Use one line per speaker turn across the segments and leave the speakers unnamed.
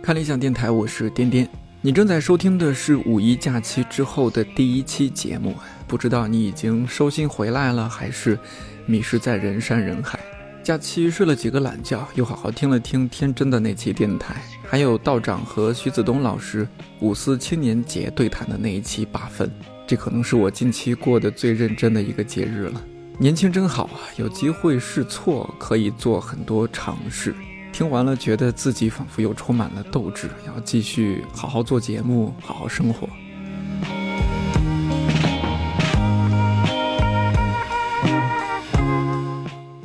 看理想电台，我是颠颠。你正在收听的是五一假期之后的第一期节目，不知道你已经收心回来了，还是迷失在人山人海？假期睡了几个懒觉，又好好听了听天真的那期电台，还有道长和徐子东老师五四青年节对谈的那一期八分，这可能是我近期过得最认真的一个节日了。年轻真好啊，有机会试错，可以做很多尝试。听完了，觉得自己仿佛又充满了斗志，要继续好好做节目，好好生活。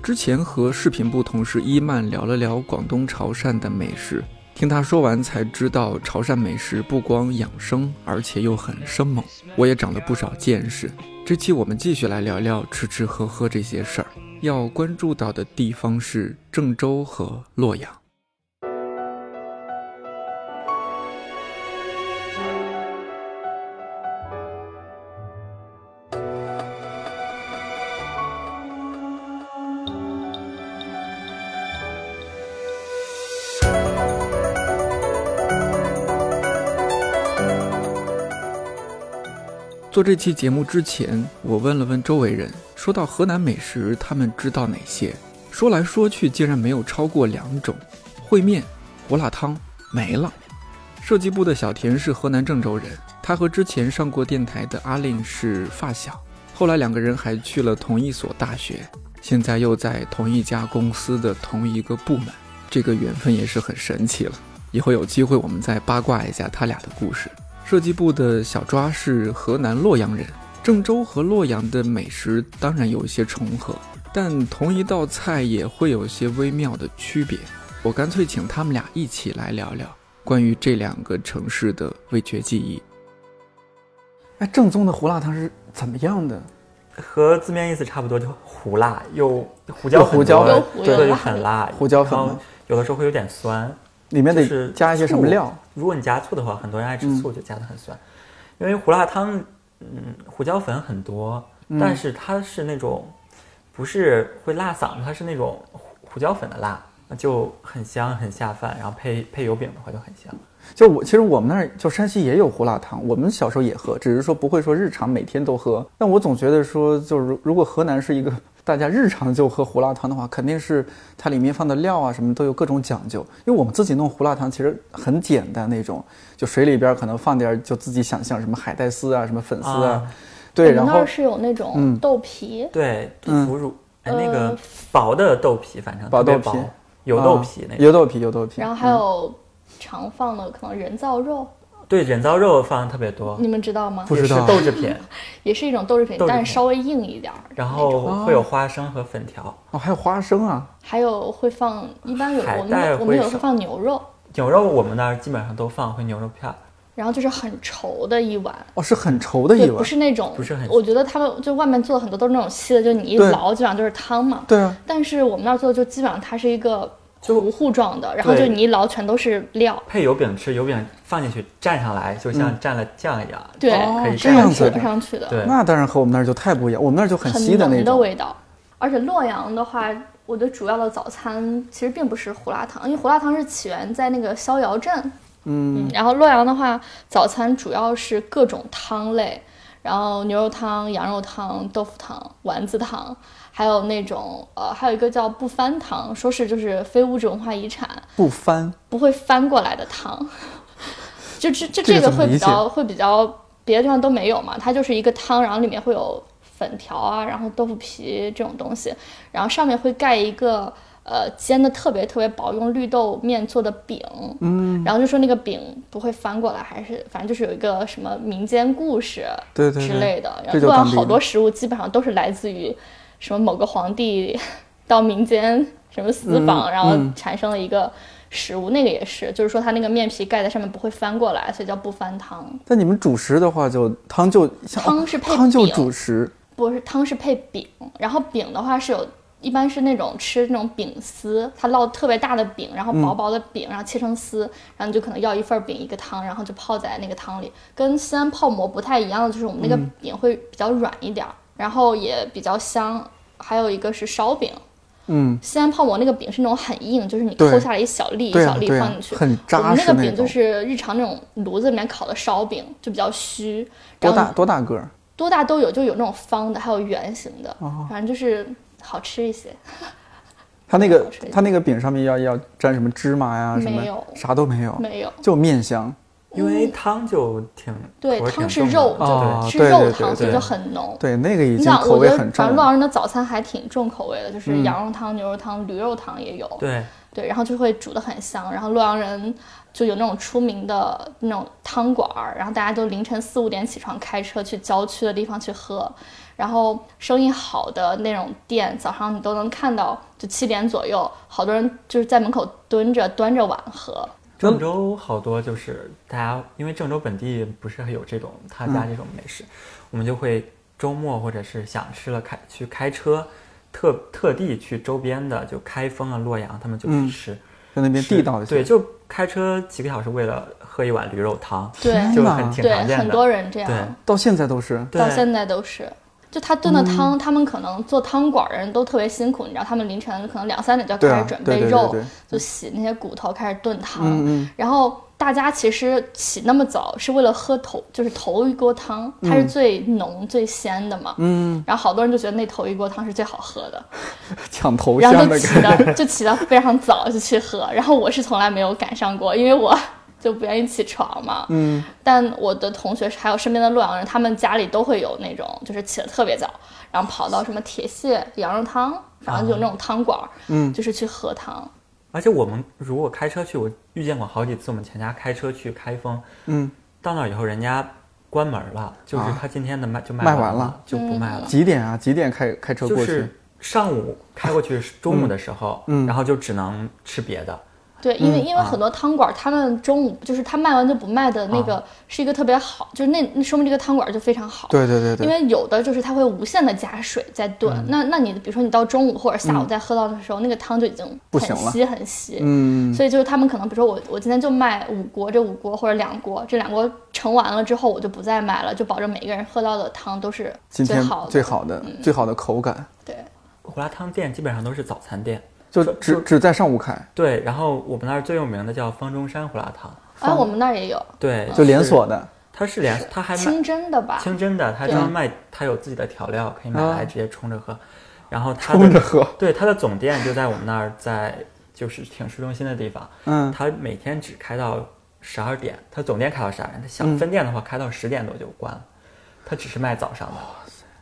之前和视频部同事伊曼聊了聊广东潮汕的美食，听他说完才知道，潮汕美食不光养生，而且又很生猛。我也长了不少见识。这期我们继续来聊聊吃吃喝喝这些事儿。要关注到的地方是郑州和洛阳。做这期节目之前，我问了问周围人，说到河南美食，他们知道哪些？说来说去，竟然没有超过两种：烩面、胡辣汤没了。设计部的小田是河南郑州人，他和之前上过电台的阿令是发小，后来两个人还去了同一所大学，现在又在同一家公司的同一个部门，这个缘分也是很神奇了。以后有机会我们再八卦一下他俩的故事。设计部的小抓是河南洛阳人，郑州和洛阳的美食当然有一些重合，但同一道菜也会有些微妙的区别。我干脆请他们俩一起来聊聊关于这两个城市的味觉记忆。
哎，正宗的胡辣汤是怎么样的？
和字面意思差不多，就胡辣，有胡椒很多，
胡椒
对
有
对，
有
很辣，
胡椒粉
然后
吗
有的时候会有点酸，
里面
就是
得加一些什么料？
醋？如果你加醋的话，很多人爱吃
嗯
醋，就加的很酸。因为胡辣汤，嗯，胡椒粉很多，
嗯
但是它是那种不是会辣嗓子，它是那种胡胡椒粉的辣，那就很香很下饭。然后配配油饼的话就很香。
就我其实我们那儿就山西也有胡辣汤，我们小时候也喝，只是说不会说日常每天都喝。但我总觉得说，就是如如果河南是一个 大家日常就喝胡辣汤的话，肯定是它里面放的料啊什么都有各种讲究。因为我们自己弄胡辣汤其实很简单那种，就水里边可能放点儿就自己想象什么海带丝啊、什么粉丝啊，
啊
对，
我们
然
那
后
儿是有那种
嗯
豆皮，
对，豆腐乳，哎，
呃
那个薄的豆皮，反正
薄
特别
豆皮
薄油豆
啊
皮那种。
油豆皮、油豆皮，
然后还有常放的可能人造肉，
对，人造肉放的特别多，
你们知道吗？
不知道
也哦是豆制 品，
也是一种豆制品
豆，制
但
品
是稍微硬一点儿。
然
哦
后会有花生和粉条。
哦，还有花生啊，
还有会放，一般有
海
我们
带
有我们有
会
会
少
放牛肉，
牛肉我们那儿基本上都放回牛肉片儿，
然后就是很稠的一碗，
哦，是很稠的
对，
一碗
不，是那种，
不是很
我觉得他们就外面做的很多都是那种稀的，就你一
对
捞基本上就是汤嘛。
对啊，
但是我们那儿做的就基本上它是一个
就
糊糊状的，然后就
对哦
你一捞全都是料，
配油饼吃，油饼放进去蘸上来，就像蘸了酱一样，
对，
可以
这
蘸
样
上
子
去
裹不上去的，
对，
那当然和我们那儿就太不一样，我们那儿就很稀
很
的那
浓的
种，
味道。而且洛阳的话，我的主要的早餐其实并不是胡辣汤，因为胡辣汤是起源在那个逍遥镇。嗯，然后洛阳的话，早餐主要是各种汤类，然后牛肉汤、羊肉汤、豆腐汤、丸子汤，还有那种呃，还有一个叫不翻汤，说是就是非物质文化遗产，
不翻。
不会翻过来的汤， 就这这
这个
这个
怎么
会比
理解
较会比较别的地方都没有嘛，它就是一个汤，然后里面会有粉条啊，然后豆腐皮这种东西，然后上面会盖一个呃煎的特别特别薄，用绿豆面做的饼，嗯，然后就说那个饼不会翻过来，还是反正就是有一个什么民间故事
对对对
之类的，然
这
后
就
不然
当地
好
的
多食物基本上都是来自于什么某个皇帝 到民间什么私
嗯
访，然后产生了一个食物，那个也是，就是说它那个面皮盖在上面不会翻过来，所以叫不翻汤。
但你们主食的话就，汤就像
哦
汤是配
汤就
饼
主食，
不是汤是配饼，然后饼的话是有，一般是那种吃那种饼丝，它烙特别大的饼，然后薄
嗯
薄的饼，然后切成丝，然后你就可能要一份饼一个汤，然后就泡在那个汤里。跟西安泡馍不太一样的就是我们那个
嗯
饼会比较软一点儿，然后也比较香。还有一个是烧饼，
嗯，
西安泡馍那个饼是那种很硬，就是你
对
抠下来一小粒一
对啊
小粒
对啊
放进去。
很
我
扎
们那
实
个饼
种
就。是日常那种炉子里面烤的烧饼，就比较虚。
多
然后
大多大个儿？
多大都有，就有那种方的，还有圆形的，反正就是好吃一些。
它那个
好吃
它那个饼上面要要沾什么芝麻呀什
没
么
有，
啥都没有，
没有，
就面香。
因为汤就挺
嗯对
口，味
汤
挺重
是
的
肉，
哦
就是
对
是肉
对对
汤，所以
对
就很浓。
对，那个已
你
经
想，
口
我
味
觉得
很重
反正洛
了。
阳人的早餐还挺重口味的，就是
嗯
羊肉汤、牛肉汤、驴肉汤也有。
对，
对，然后就会煮得很香。然后洛阳人就有那种出名的那种汤馆儿，然后大家都凌晨四五点起床，开车去郊区的地方去喝。然后生意好的那种店，早上你都能看到，就七点左右，好多人就是在门口蹲着端着碗 喝。
郑州好多就是大家，因为郑州本地不是有这种他家这种美食，我们就会周末或者是想吃了开去开车，特特地去周边的就开封啊、洛阳，他们就
嗯
去吃，
在那边
是
地道一些。
对，就开车几个小时为了喝一碗驴肉汤，
对
就
天哪
很挺
对，
常见
很
的。
多人这
对
样，
到现在都是。
到现在都是。就他
嗯
炖的汤，他们可能做汤馆儿的人都特别辛苦，你知道，他们凌晨可能两三点就要
对
开
啊
始，准
对
备
对
肉，
对对，
就洗那些骨头，开始炖汤。
嗯嗯，
然后大家其实起那么早是为了喝头，就是头一锅汤，它是最浓、最鲜的嘛。嗯。然后好多人就觉得那头一锅汤是最好喝的，
抢头
然
香
后
的
就
感
起
觉。
的 就起的非常早就去喝。然后我是从来没有赶上过，因为我就不愿意起床嘛。
嗯，
但我的同学还有身边的洛阳人，他们家里都会有那种，就是起得特别早，然后跑到什么铁屑羊肉汤，然后有那种汤馆儿，
嗯
就是去喝汤。
而且我们如果开车去，我遇见过好几次，我们全家开车去开封，
嗯，
到那儿以后人家关门了，就是
啊
他今天的卖就卖
卖完
完
了，
就不卖了。
嗯
几点啊？几点开开车
就
过
是
去？
上午开过去，中午的时候，
嗯
然后就只能吃别的，
对，因为因为
啊
很多汤馆儿，他们中午就是他卖完就不卖的
嗯
那个，是一个特别好，就是那那说明这个汤馆儿就非常好。
对对对嗯对，
因为有的就是它会无限的加水再炖，那那你比如说你到中午或者下午再喝到的时候，那个汤就已经
嗯不
很
行了
稀很稀。
嗯，
所以就是他们可能，比如说我，我今天就卖五锅，这五锅或者两锅，这两锅盛完了之后，我就不再买了，就保证每个人喝到的汤都是
今
最
天
好的。嗯
最好的最好的口感，
对，
胡辣汤店基本上都是早餐店。
就
就
只
就
只在上午开，
对，然后我们那儿最有名的叫方中山胡辣汤，
哎，我们那儿也有
对，
啊就连锁
是，
的。
它是连，它还卖
清真的吧？
清真的，它专门卖，它有自己的调料，可以买
啊
来直接冲着喝。然后它
冲着
的
喝，
对它的总店就在我们那儿，在就是挺市中心的地方，
嗯，
它每天只开到十二点，它总店开到十二点，它小
嗯
分店的话开到十点多就关了，它只是卖早上的。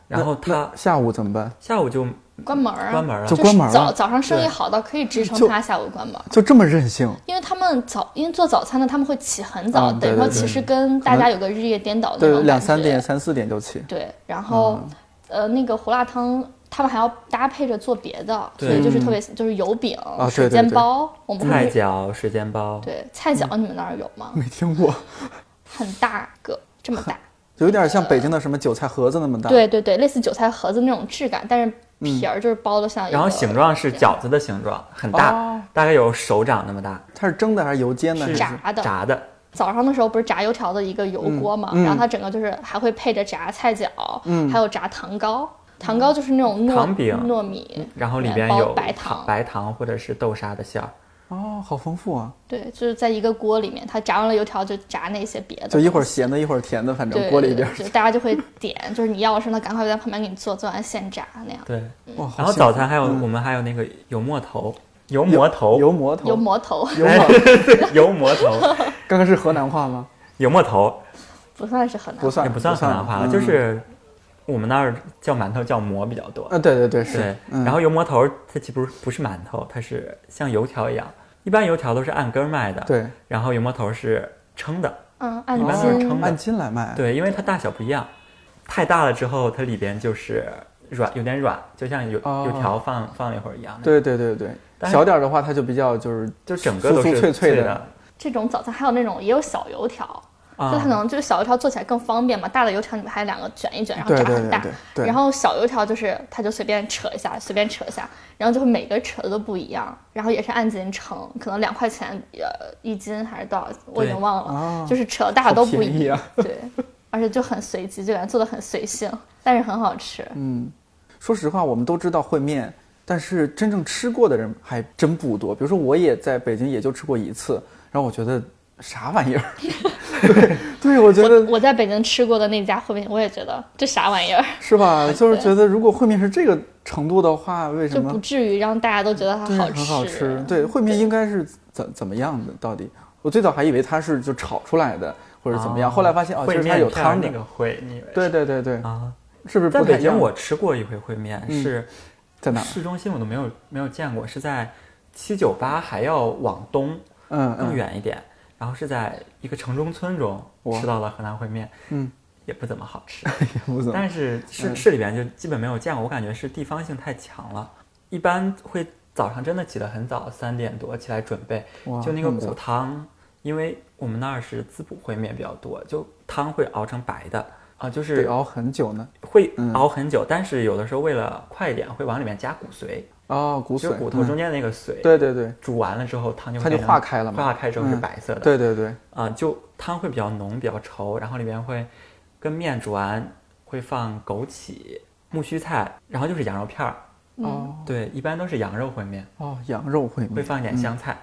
然后
那
它
那下午怎么办？
下午就
关门儿啊，
关门了
就，
就是
关门
早
了
早上生意
对
好到可以支
就
撑他下午关门，
就这么任性？
因为他们早，因为做早餐的他们会起很早，
嗯对
等于
对
说
对
其实跟大家有个日夜颠倒的那
对，
种
两
感
三
觉
点、嗯三四点就 起。
对，然后、呃那个胡辣汤。他们还要搭配着做别的，所
对
以就是特别就是油饼、
啊对
水
对
煎
对
包，我们
菜
会
饺、水煎包，
对菜饺，你们那儿有吗？
没听过，
很大个，这么大，
就有点像北京的什么韭菜盒子那么大。，嗯
对对对，类似韭菜盒子那种质感，但是皮儿就是包的像一个，
然后形状是饺子的形状，很大，
哦
大概有手掌那么大，
它是蒸的还是油煎的？还
是
是
炸的
炸的，
早上的时候不是炸油条的一个油锅嘛，
嗯嗯嗯
然后它整个就是还会配着炸菜饺，还有炸糖糕。糖糕就是那种糯
糖饼
糯米，
然后里边
包
有
白糖
白糖或者是豆沙的馅儿。
哦，好丰富啊！
对，就是在一个锅里面，它炸完了油条就炸那些别的东西，
就一会儿咸的，一会儿甜的，反正
对
锅里边儿。
就大家就会点，就是你要什么，赶快在旁边给你做，做完现炸 那样。
对，
哇，
然
好幸
后
福嗯
早餐还有、我们还有那个油馍头，油馍头，哎
油馍头，哎
有馍 头
油馍，
油馍头，
刚刚是河南话吗？
油馍头
不算是很难，
不算，
也不算河南话了，
嗯
就是我们那儿叫馒头叫馍比较多。
啊，对对对，是
对，，
嗯
然后油馍头它其实不是不是馒头，它是像油条一样，一般油条都是按根儿卖的，，
对，
然后油馍头是称的，
嗯，按
一般都是
斤
称的
按斤来卖。
对，因为它大小不一样，太大了之后它里边就是软，有点软，就像油、
哦
油条放放了一会儿一样的，，
对对对对
但是
小点儿的话，它就比较就是
就整个都
酥
是
酥脆脆的
的，
这种早餐，还有那种也有小油条，
啊
就它可能就是小油条做起来更方便嘛，大的油条你们还两个卷一卷，然后
对
炸
对
很大
对对。对
然后小油条就是它就随便扯一下，随便扯一下，然后就会每个扯的都不一样，然后也是按斤称，可能两块钱呃一斤还是多少，我已经
对
忘了，
啊
就是扯的大的都不
便宜
一样
啊。
对，而且就很随
嗯
机，就感觉做的很随性，但是很好吃。
嗯，说实话，我们都知道烩面但是真正吃过的人还真不多。比如说，我也在北京也就吃过一次，然后我觉得啥玩意儿？ 对对，我觉得
我我在北京吃过的那家烩面，我也觉得这啥玩意儿，
是吧？就是觉得如果烩面是这个程度的话，为
就
什
不
么
至于让大家都觉得它
对
好
很好吃？对，烩面应该是怎怎么样的？到底我最早还以为它是就炒出来的或者怎么样，
哦
后来发现哦，其
烩
实它
面
有
片儿
汤的
那。个烩，你以为
对对对对，
啊？
是不是
在
不太
北
一
京
样？
我吃过一回烩面，
嗯
是
在哪儿？
市中心我都没有没有见过，是在七九八还要往东
嗯
更
嗯，
远一点，然后是在一个城中村中
哇
吃到了河南烩面，
嗯，
也不怎么好 吃，
我怎么？
但是市
嗯
市里边就基本没有见过，我感觉是地方性太强了，一般会早上真的起得很早，三点多起来准备，
哇
就那个
么
骨
早
汤，因为我们那儿是滋补烩面比较多，就汤会熬成白的啊，就
得
是
熬很久呢。
会
嗯
熬很久，但是有的时候为了快一点，会往里面加骨髓，
哦，骨
就是
髓，
骨头
嗯
中间那个髓，
对对对，
煮完了之后汤就
它就
变成
化开了嘛
化开之后是
嗯
白色的，
对对对，
啊、就汤会比较浓，比较稠，然后里面会跟面煮完会放枸杞、木须菜，然后就是羊肉片儿。
哦
对，一般都是羊肉烩面，
哦，羊肉烩面
嗯会放一点
嗯
香菜。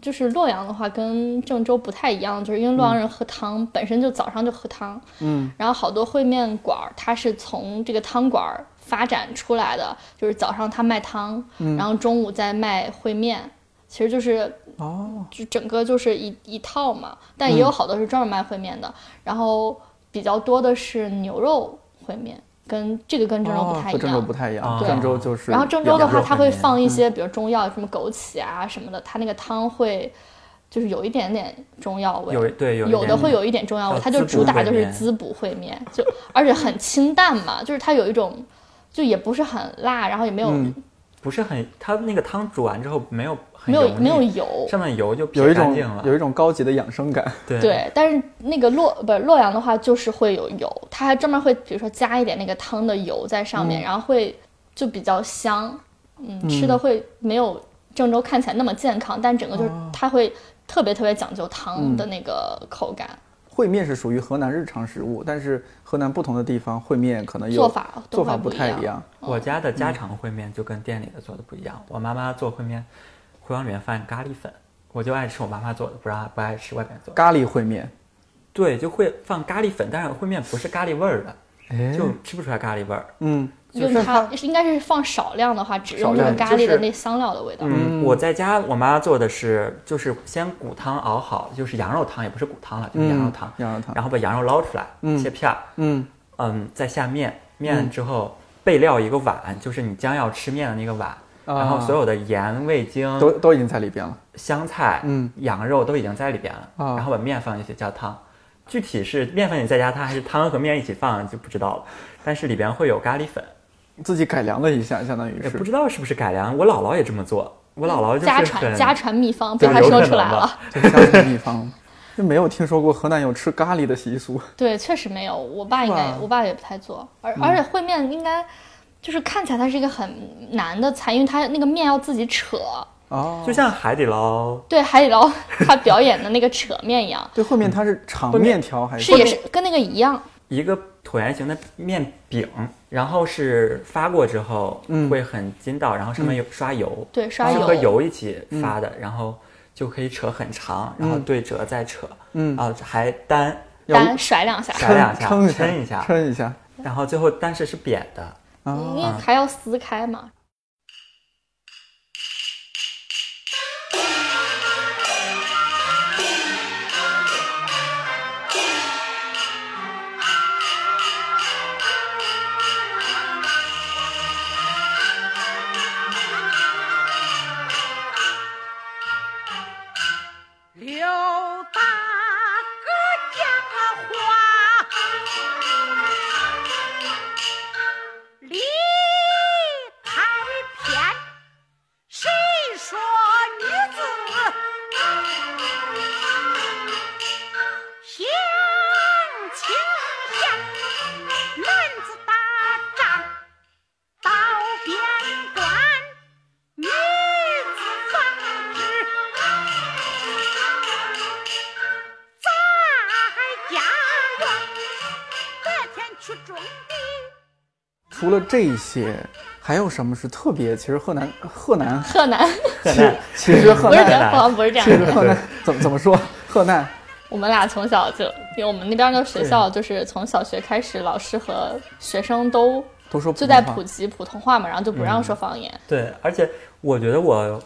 就是洛阳的话跟郑州不太一样，就是因为洛阳人喝汤、本身就早上就喝汤，
嗯，
然后好多烩面馆儿它是从这个汤馆儿发展出来的，就是早上他卖汤，
嗯
然后中午再卖烩面，其实就是
哦，
就整个就是一一套嘛，但也有
嗯
好多是专门卖烩面的，然后比较多的是牛肉烩面，跟这个跟郑州不
哦
太一
和郑州
样。
不太一样，
啊
郑州就是
然后郑州的
羊
话，
肉
它
烩
会
面
放一些，比如中药，什么枸杞啊什么的，它那个汤会就是有一点点中药
嗯
味，
有对有一
有
点
的会有一点中药味，
叫
它就
滋补
主打
烩
就是
面
滋补烩面，就而且很清淡嘛，就是它有一种就也不是很辣，然后也没有、
嗯
不是很，它那个汤煮完之后没有很
没有
油
没有
腻
油，
上面油就撇
有一
干
种
净了。
有一种高级的养生感，
对
对，但是那个洛不是洛阳的话，就是会有油，它还专门会比如说加一点那个汤的油在上
嗯
面，然后会就比较香，嗯，吃的会没有郑州看起来那么健康，但整个就是
哦
它会特别特别讲究汤
嗯
的那个口感、
烩面是属于河南日常食物，但是河南不同的地方烩面可能有
做法
做
都会
法
不一
太
样
一样。
我家的
嗯
家常烩面就跟店里的做的不一样。我妈妈做烩面会往里面放咖喱粉，我就爱吃我妈妈做的，不让不爱吃外面做的。
咖喱烩面，
对，就会放咖喱粉，但是烩面不是咖喱味儿的，
哎
就吃不出来咖喱味儿。
嗯，
用它应该是放少量的话，只用这
少
个
量
咖喱
就
的
是
那香料的味道。
嗯，我在家我妈做的是，就是先骨汤熬好，就是羊肉汤，也不是骨汤了，就是羊肉汤，
嗯羊肉汤
然后把羊肉捞出来，
嗯
切片儿，
嗯
嗯，再下面，面之后备料一个碗，就是你将要吃面的那个碗，
啊
然后所有的盐、味精、
都都已经在里边了。
香菜、
嗯
羊肉都已经在里边了，
啊
然后把面放进去加汤。具体是面粉也在加汤，还是汤和面一起放就不知道了。但是里边会有咖喱粉，
自己改良了一下，相当于
也
是
不知道是不是改良。我姥姥也这么做，我姥姥就
家
是
传
很
家传秘方被
对
他
有
说
可
出
能
来
吧
了。
这乡村地方，就没有听说过河南有吃咖喱的习俗。
对，确实没有。我爸
是
应该
吧，嗯
我爸也不太做，而而且烩面应该就是看起来它是一个很难的菜，因为它那个面要自己扯，
哦，
就像海底捞
对海底 捞他表演的那个扯面一样，
对，烩面它是长哎面条还
是也是跟那个一样，
一个椭圆形的面饼，然后是发过之后
嗯
会很筋道，然后上面有刷油，
对，刷
是
油，
和油一起发的，然后就可以扯很长，然后
嗯
对折再扯，
嗯
啊还单
单甩两
啊
下，
甩两下
撑
抻
一
一下
抻一下。
然后最后但是是扁的，
因
啊，
为还要撕开嘛。
刘大哥讲话，理太偏。谁说女子性情险，男子打仗刀边端，女子防止。在家园，白天去种地，
除了这些，还有什么是特别？其实河南河南
河南
其实其实河
不是这
南
样，好像不是这
其实
样。
河南怎么怎么说？河南
我们俩从小就，因为我们那边的学校就是从小学开始，老师和学生都
都说
就在
普
普
通话嗯
及普通话嘛，然后就不让说方言。
对，而且我觉得我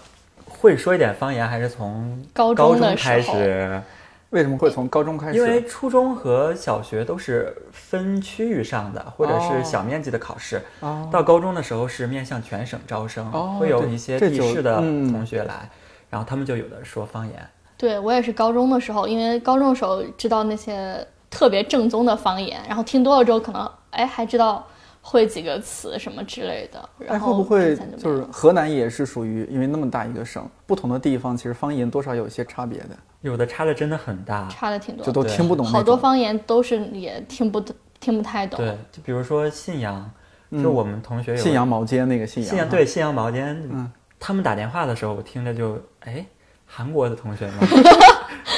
会说一点方言，还是从
高中
中
的时
开
候
始，
为什么会从高中开始？
因为初中和小学都是分区域上的，或者
哦
是小面积的考试。
哦
到高中的时候是面向全省招生，
哦
会有
对
一些
这
地
就
市的
嗯
同学来，然后他们就有的说方言。
对我也是高中的时候，因为高中的时候知道那些特别正宗的方言，然后听多了之后，可能哎还知道会几个词什么之类的。
哎，
然
会
后
不会
之前就
就
没
是
有
河南也是属于因为那么大一个省，不同的地方其实方言多少有一些差别的，
有的差的真的很大，
差的挺多
就都
的，
听不懂那种。
好多方言都是也听不听不太懂。
对，就比如说信阳，就我们同学有
嗯信阳毛尖那个信阳，
信阳对信阳毛尖，
嗯
他们打电话的时候，我听着就哎，韩国的同学 吗？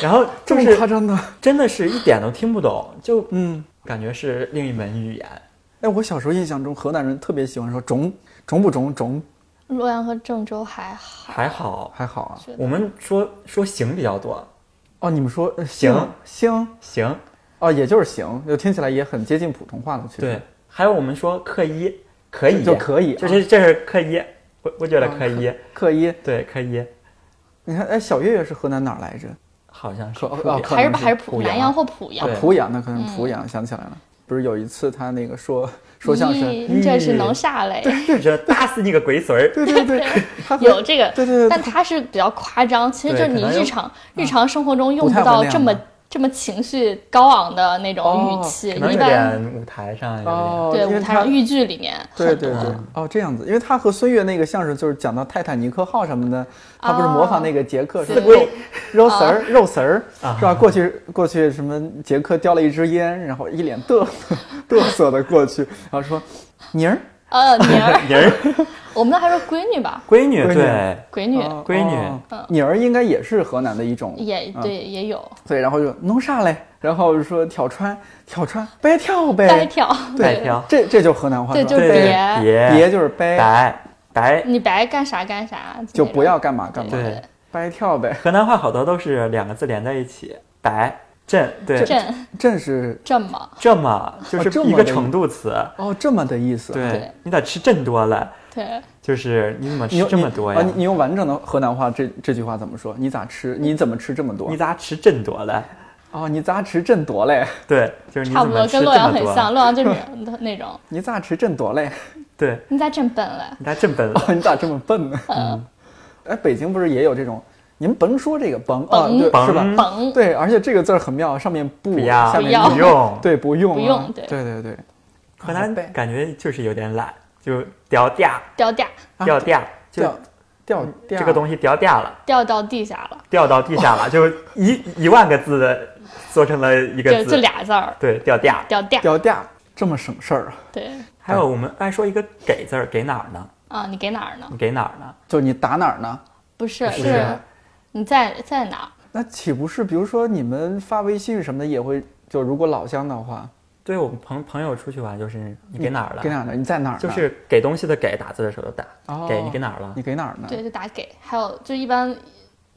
然后
这
就
么
是
夸张的？
真的是一点都听不懂，就
嗯，
感觉是另一门语言。
哎，我小时候印象中河南人特别喜欢说“中中不中中
洛阳和郑州还好，
还”，好，
还好啊。
觉得
我们说说行比较多，
哦，你们说呃
行
行
行
哦，也就是行，就听起来也很接近普通话了。其实
对，，还有我们说课一可以
就可以啊
就是这是课一，我我觉得
啊
课一，
课一，
对课一
你看，哎，小月月是河南哪儿来着？
好像是
可
普
哦
遍
可
还是
能是
还是普
濮阳
南阳或濮阳嗯
啊
对，
濮阳，那可能是濮阳，想起来了。不是有一次他那个说说相声，
咦这是能啥嘞？
对着打死你个龟孙儿，
对对 对，他和
有这个，
对对对
但它是比较夸张，其实就
对
是你
可能有嗯
日常日常生活中用
不太
到
会那
这
样
么
吧
这么情绪高昂的那种语
哦
气，
可能
一
有
般
点舞台上有点。
哦，
对
因为
舞台
他
上豫剧里面
对
很
对
多
对，哦，这样子，因为他和孙越那个相声就是讲到泰坦尼克号什么的，他不是模仿那个杰克说
哦对哦
肉肉丝儿肉丝儿
啊
是吧？过去过去什么杰克叼了一支烟，然后一脸嘚 瑟嘚瑟的过去，然后说妮儿
呃妮儿，
人儿
我们那还说闺女吧，
闺女
闺女
对，
闺女
哦
闺女
哦
嗯
妮儿应该也是河南的一种，
也
嗯
对也有
对，然后就弄啥嘞，然后说挑川挑川白跳
白
呗，
跳，
白
对
嫖，
这这就是河南话
对
是吧
就是
对
别
别
别就是哎掰，
白白，
你白干啥干啥，
就
那
不
种
要干嘛干
嗯
嘛，
对，
掰跳呗。
河南话好多都是两个字连在一起，白朕对
正
朕是
正嘛，
这么就
哦这
是
么
一个
的
程度词，
哦这么的意思啊，
对
对
你咋吃朕多了？
对，
就是你怎么
你
吃
用
这么多
你啊、？
呀
你你用完整的河南话这这句话怎么说？你咋吃？你怎么吃这么多
你？咋吃朕多了？
哦，你咋吃朕多嘞？
对，就是你
差
怎
不
么
多
吃这
跟洛阳
么
很像，
多？啊
洛阳 就是那那种
你咋吃朕多嘞？
对，
你咋真笨嘞，
你咋这么笨了？
哦，你咋这么笨呢？
嗯
哎，北京不是也有这种？您甭说这个甭啊，
甭
对，是吧？
甭
甭
对，而且这个字儿很妙，上面不，
不要，
下
不
面
要
不用。
对，不用啊、
不用对
对对对
河南感觉就是有点懒，就掉调
掉掉
啊
掉调，就
掉掉掉
这个东西掉调了，
掉到地下了，
掉到地下 了，就一一万个字的缩成了一
就
个
就
字，
俩字儿，
对，掉调。
嗯
掉掉，
掉掉，这么省事儿啊？
对。
还有我们爱说一个给字儿，给哪儿呢？
啊，你给哪儿呢
嗯
你？给哪儿呢？
就你打哪儿呢？
不是，啊
是
是你在在哪儿？
那岂不是比如说你们发微信什么的也会，就如果老乡的话，
对我们朋朋友出去玩就是你给哪儿了？
给哪儿呢？你在哪儿呢？
就是给东西的给，打字的时候就打
哦
给你给哪儿了
你？给哪儿呢？
对，就打给。还有就一般，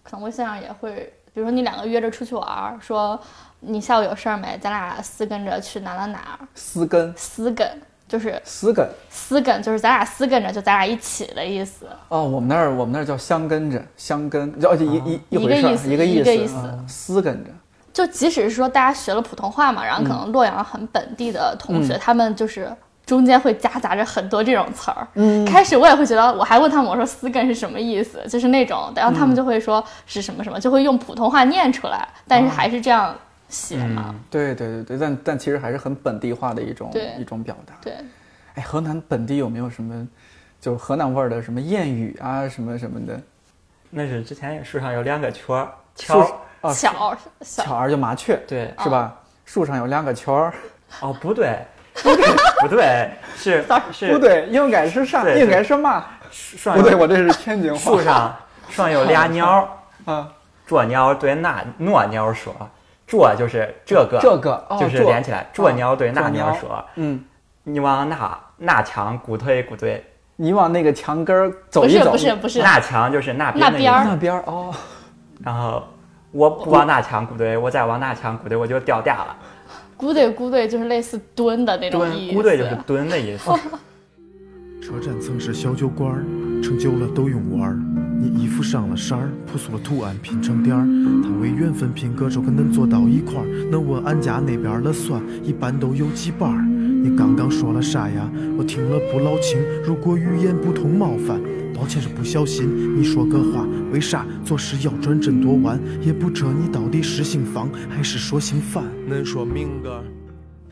可能微信上也会，比如说你两个约着出去玩儿，说你下午有事儿没？咱俩私跟着去哪哪哪儿？
丝根，
私跟就是
丝根。
私跟，就是咱俩私跟着，就咱俩一起的意思。
哦，我们那儿我们那儿叫香跟着，香跟，就一
哦
一一
一
回
个
事儿
意，思
一个
一
意
个意思
啊丝跟着。
就即使是说大家学了普通话嘛，然后可能洛阳很本地的同学，他们就是中间会夹杂着很多这种词儿。嗯，开始我也会觉得，我还问他们我说“丝根”是什么意思，就是那种，然后他们就会说是什么什么，就会用普通话念出来，但是还是这样写嘛。
对对对对，但但其实还是很本地化的一种
对
一种表达。
对，
哎，河南本地有没有什么，就是河南味儿的什么谚语啊，什么什么的？
那是之前树上有两个圈儿，
树
敲儿
啊，
小
巧
小
儿就麻雀，
对
是吧？树上有两个圈儿，
哦不对 不对不对是 是
不对，应该是啥？
对对
应该是嘛？
树 上
不对，
有
我这是天津话。
树上 上有俩鸟儿，
啊，
这鸟儿对那那鸟儿说，这就是这个
这个哦
就是
这
连起来，这
啊
鸟儿对那
这
鸟儿
鸟
说，
嗯，
你往那那墙鼓推鼓推，
你往那个墙根儿走
不
一
是
走，
不是不是，
那墙就是那边
那
那
边
个
儿
那边儿哦，
然后我不往那墙鼓堆，我再往那墙鼓堆，我就掉价了。
咕对咕对就是类似蹲的那种
蹲，
意思。哦
鼓堆就是蹲的意思。
车站曾是小酒馆儿，成就了都用玩儿。你衣服上了色儿，朴素了图案拼成点儿。摊位缘分拼个手，可能坐到一块儿。能问俺家那边儿的蒜，一般都有几瓣儿。你刚刚说了啥呀？我听了不老清。如果语言不通冒犯，抱歉是不小心。你说个话，为啥做事要转这多弯？也不知你到底是姓房还是说姓范。恁说明个。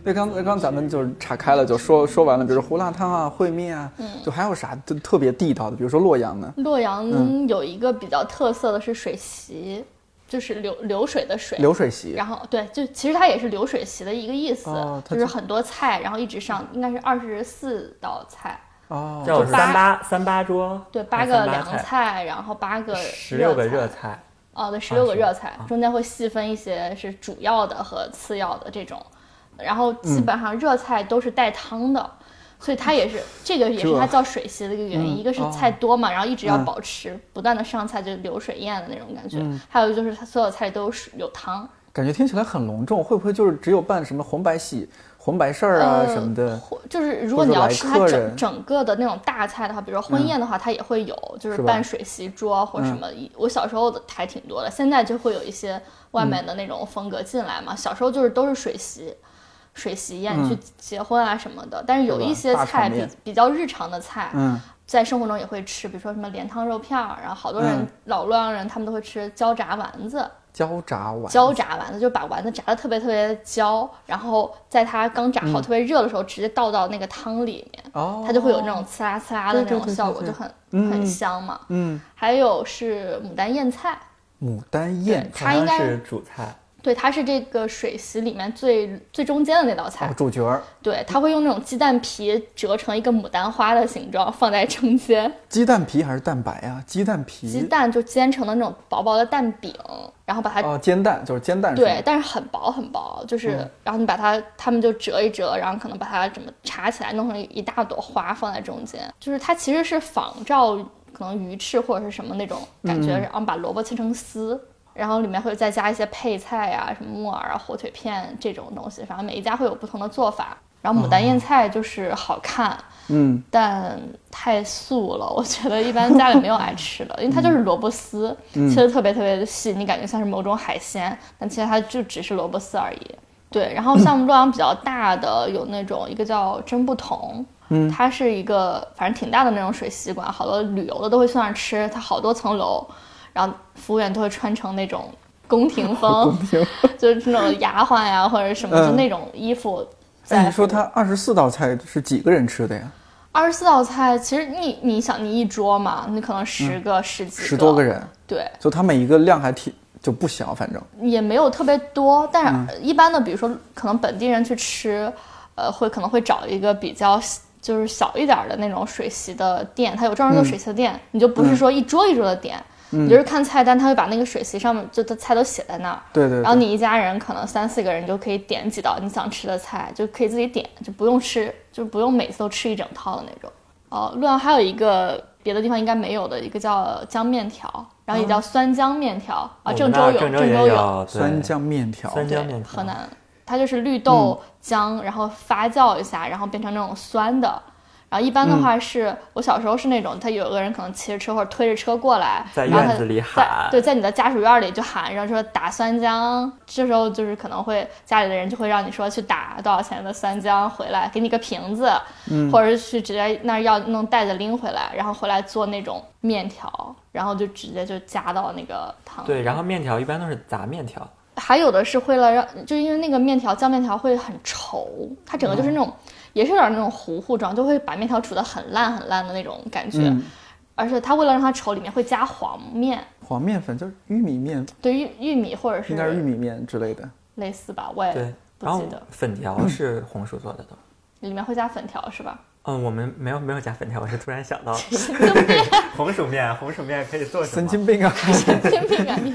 对，刚刚咱们就是岔开了，就说说完了，比如胡辣汤啊、烩面啊，
嗯
就还有啥特特别地道的，比如说洛阳呢，
洛阳
嗯
有一个比较特色的是水席，就是流流水的水。
流水席
然后对，就其实它也是流水席的一个意思，
哦它
就是
就
很多菜，然后一直上，应该是二十四道菜，
哦，
叫
就
三八三八桌，
对，八
三
个凉
菜，
菜，然后八个
十六个热
菜，
菜。
哦，对，十六个
是
热菜
啊，
中间会细分一些是主要的和次要的这种，然后
嗯
基本上热菜都是带汤的。所以它也是，这个也是它
这
叫水席的一个原因，
嗯
一个是
哦
菜多嘛，然后一直要
嗯
保持不断的上菜，就流水宴的那种感觉。还有就是它所有菜都有水有汤，
感觉听起来很隆重，会不会就是只有办什么红白喜、红白事儿啊
呃
什么的？
或就是如果
或
你
者
要
来
吃它
客
整
人嗯
整个的那种大菜的话，比如说婚宴的话，它也会有，就是
是吧嗯
办水席桌啊或什么。我小时候的还挺多的，现在就会有一些
嗯
外面的那种风格进来嘛。小时候就是都是水席。水席宴去结婚啊什么的，但是有
嗯是吧
一些
大场
菜比
面
比较日常的菜，
嗯，
在生活中也会吃，比如说什么莲汤肉片儿，然后好多人、
嗯
老洛阳人他们都会吃焦炸丸子，
焦炸丸，
焦炸丸子，就把丸子炸的特别特别焦，然后在它刚炸好、特别热的时候，直接倒到那个汤里面，
嗯哦，
它就会有那种呲啦呲啦的那
对对
种
对
效
对
果，
对
就很
嗯
很香嘛。
嗯
还有是牡丹燕菜，
牡丹宴
它应
好像是
该
主菜，
对它是这个水席里面最最中间的那道菜，
哦，主角儿
对，它会用那种鸡蛋皮折成一个牡丹花的形状放在中间，
鸡蛋皮还是蛋白啊？鸡蛋皮，
鸡蛋就煎成了那种薄薄的蛋饼，然后把它
哦，煎蛋就是煎蛋是吗嗯
对，但是很薄很薄，就是、然后你把它，他们就折一折，然后可能把它怎么插起来，弄成一大朵花放在中间，就是它其实是仿照可能鱼翅或者是什么那种感
嗯
觉，然后把萝卜切成丝，然后里面会再加一些配菜呀、什么木耳啊、火腿片这种东西，反正每一家会有不同的做法。然后牡
哦
丹燕菜就是好看，
嗯，
但太素了， 我觉得一般家里没有爱吃的，因为它就是萝卜丝，切的特别特别的细，你感觉像是某种海鲜，但其实它就只是萝卜丝而已。对，然后像洛阳比较大的有那种一个叫真不同，嗯，它是一个反正挺大的那种水席馆，好多旅游的都会去那儿吃，它好多层楼，然后服务员都会穿成那种宫廷风， 就是那种丫鬟呀或者什么就
嗯
那种衣服在服务。
哎，你说它二十四道菜是几个人吃的呀？
二十四道菜，其实你你想，你一桌嘛，你可能十个、十几个、
嗯十多个，人，
对，
就它每一个量还挺就不小，反正
也没有特别多。但
嗯
是一般的，比如说可能本地人去吃，呃，会可能会找一个比较就是小一点儿的那种水席的店，它有专门
嗯
做水席的店，你就不是说一桌一桌的点，你就是看菜单，他会把那个水席上面就的菜都写在那儿。
对对对
然后你一家人可能三四个人，你就可以点几道你想吃的菜，就可以自己点，就不用吃，就不用每次都吃一整套的那种。哦，洛阳还有一个别的地方应该没有的一个叫姜面条，然后也叫酸姜面条啊，
我
郑
们嗯哦那儿
州有，
郑州
郑
也
州
有对
酸酱面条，
酸
对
姜面，条嗯
河南，它就是绿豆姜，然后发酵一下，然后变成那种酸的。然后一般的
嗯
话是、我小时候是那种，他有个人可能骑着车或者推着车过来，
在
然后他
院子里
在
喊
对，在你的家属院里就喊着说打酸姜。这时候就是可能会家里的人就会让你说去打多少钱的酸姜回来，给你个瓶子，
嗯
或者是直接那儿要弄袋子拎回来，然后回来做那种面条，然后就直接就加到那个汤里。
对，然后面条一般都是杂面条，
还有的是会了让，就因为那个面条酱面条会很稠，它整个就是那种，
嗯
也是有点那种糊糊状，就会把面条煮得很烂很烂的那种感觉。
嗯
而且它为了让它稠，里面会加黄面，
黄面粉就是玉米面，
对玉玉米或者
应该是玉
是
米面之类的。
类似吧，我也
对，
不
然后
记得。
粉 条是红薯做的都。
里面会加粉条 是吧？
嗯，我们没有没有加粉条，我是突然想 到 红薯面，红薯面可以做什
神
么？
经 病啊！
天命啊你！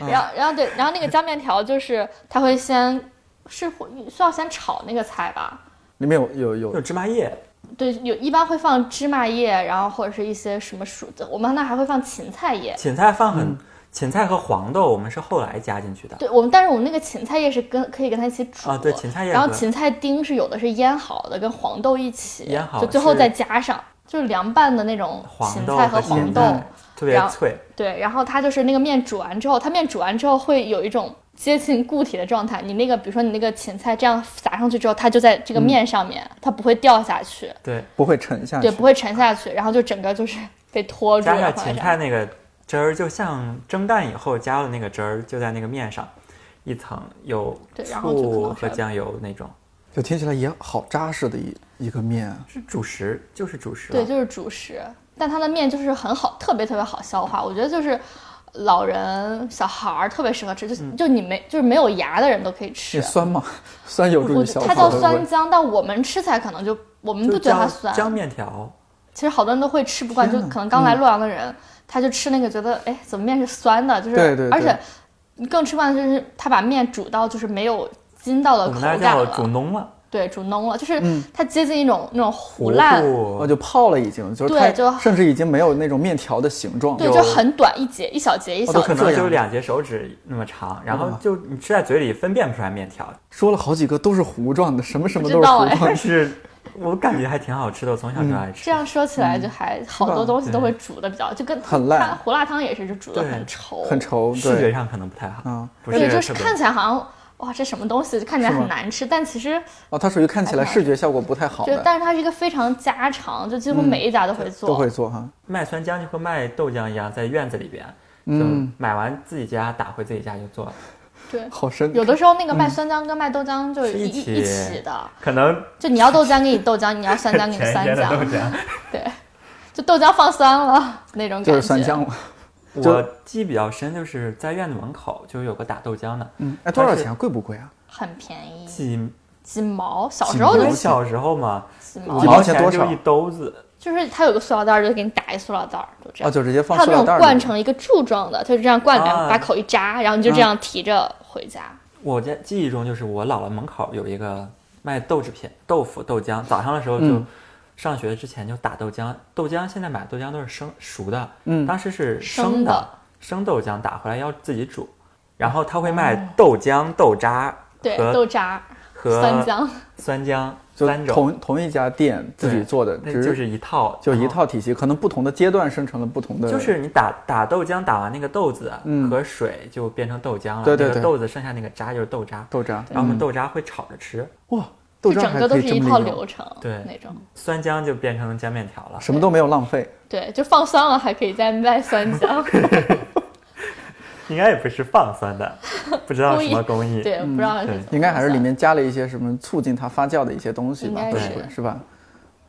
嗯
然后然后对，然后那个酱面条就是它会先是会需要先炒那个菜吧？
里面有有有
有芝麻叶，
对，有一般会放芝麻叶，然后或者是一些什么蔬，我们那还会放芹菜叶。
芹菜放很，芹菜和黄豆我们是后来加进去的。
嗯对我们，但是我们那个芹菜叶是跟可以跟它一起煮
啊对芹菜叶
然后
和
芹菜丁是有的是腌好的，跟黄豆一起
腌好
就最后
是
再加上，就是凉拌的那种
黄
芹
豆
菜
和
黄
芹嗯
豆。
菜特别
然后
脆，
对，然后它就是那个面煮完之后，它面煮完之后会有一种接近固体的状态。你那个，比如说你那个芹菜这样撒上去之后，它就在
嗯
这个面上面，它不会掉下去，
对，
不会沉下去。
对，不会沉下去，然后就整个就是被拖住
加
了。
上芹菜那个汁儿，就像蒸蛋以后加了那个汁儿，就在那个面上一层有
对然后就可
醋
能
和
是
酱油那种，
就听起来也好扎实的一一个面啊。
是主食，就是主食了。
对，就是主食，但它的面就是很好，特别特别好消化。我觉得就是老人、小孩儿特别适合吃，
嗯
就、就你没就是没有牙的人都可以吃
也。酸嘛， 酸有助
我
于
觉
消
得
化。
它叫
对不
酸
对
浆，但我们吃起来可能就我们
就
不觉得它
叫
酸。
江面条，
其实好多人都会吃不惯，就
天哪嗯
可能刚来洛阳的人，他就吃那个觉得，哎，怎么面是酸的？就是，
对对对
而且你更吃不惯的就是他把面煮到就是没有筋道的
我
呃口
们那儿
感
叫
了，
煮浓了，
对，煮浓了，就是
嗯
它接近一种那种糊烂，
哦，就泡了已经，就是
对
它
就
甚至已经没有那种面条的形状。
对，
有哦
就很短，一节一小节一小
都
节
可
可能
能
就
就是是
两节手指那么长，然后
哇
就你吃在嘴里分辨不出来面条，
说了好几个都是糊状的，什么什么
不
都
知
是糊
道
状
哎
的。
但是我感觉还挺好吃的，我从小就爱吃。
嗯这样说起来，就还好多
嗯吧
东西都
对
会煮的比较，就跟
很烂
它胡辣汤也是，就煮的
对
很稠，
很稠，
视觉
对，
上可能不太好，
嗯
不
对，就
特
是
别
看起来好像哇，这什么东西，就看起来
是吗
很难吃，但其实
哦，它属于看起来视觉效果不太好
就
的，
但是它是一个非常家常，就几乎每一家都会做，
嗯都会做哈。
卖酸浆就和卖豆浆一样，在院子里边，
嗯
就买完自己家打回自己家就做了。
对。
好深，
有的时候那个卖酸浆跟卖豆浆嗯就是
是一
一一
起
一起的，
可能
就你要豆浆给你豆浆，你要酸浆给你
前一
酸
天的豆
浆，
浆，
对， 就豆浆放酸了 那种感觉。
就是酸浆了。就
我记忆比较深，就是在院子门口就有个打豆浆的，
嗯，哎，多少
但是
钱啊？贵不贵啊？
很便宜，
几
几毛，小
几
时候
毛
就
因为
钱
小时候嘛，
几
五
毛
几，毛钱多
就
少
一兜子，
就是它有个塑料袋儿，就给你打一塑料袋儿，就这
哦，
样。
就直接放
它
塑
有那
料
种
袋儿里。
灌成一个柱状的，就是这样灌着，
啊
把口一扎，然后你就这样提着回家。
我在记忆中就是我姥姥门口有一个卖豆制品、豆腐、豆浆，早上的时候就
嗯
上学之前就打豆浆，豆浆现在买豆浆都是生熟的，
嗯
当时是
生
生
的
生豆浆打回来要自己煮，然后他会卖豆浆、豆渣
哦对，
和
豆渣、
和
酸浆，
酸浆三
就
种，
同同一家店自己
对
做的，
那
只
就是一套，
就一
然后。
套体系，可能不同的阶段生成了不同的，
就是你打打豆浆，打完那个豆子
嗯
和水就变成豆浆了。
对对
那个
对
豆子剩下那个渣就是豆渣，
豆渣。啊嗯
然后我们豆渣会炒着吃，
哇，豆
就
渣
整
还
个都
可
是
以这
一
么
套
利用
流程，
对
那种。
酸浆就变成浆面条了。
什么都没有浪费。
对，就放酸了还可以再卖酸 浆，
应该也不是放酸 的，不知道什么工艺。
对，不知道是
对
怎么
嗯应该还是里
算
面加了一些什么促进它发酵的一些东西吧，
应
会
该
不会
是
是吧？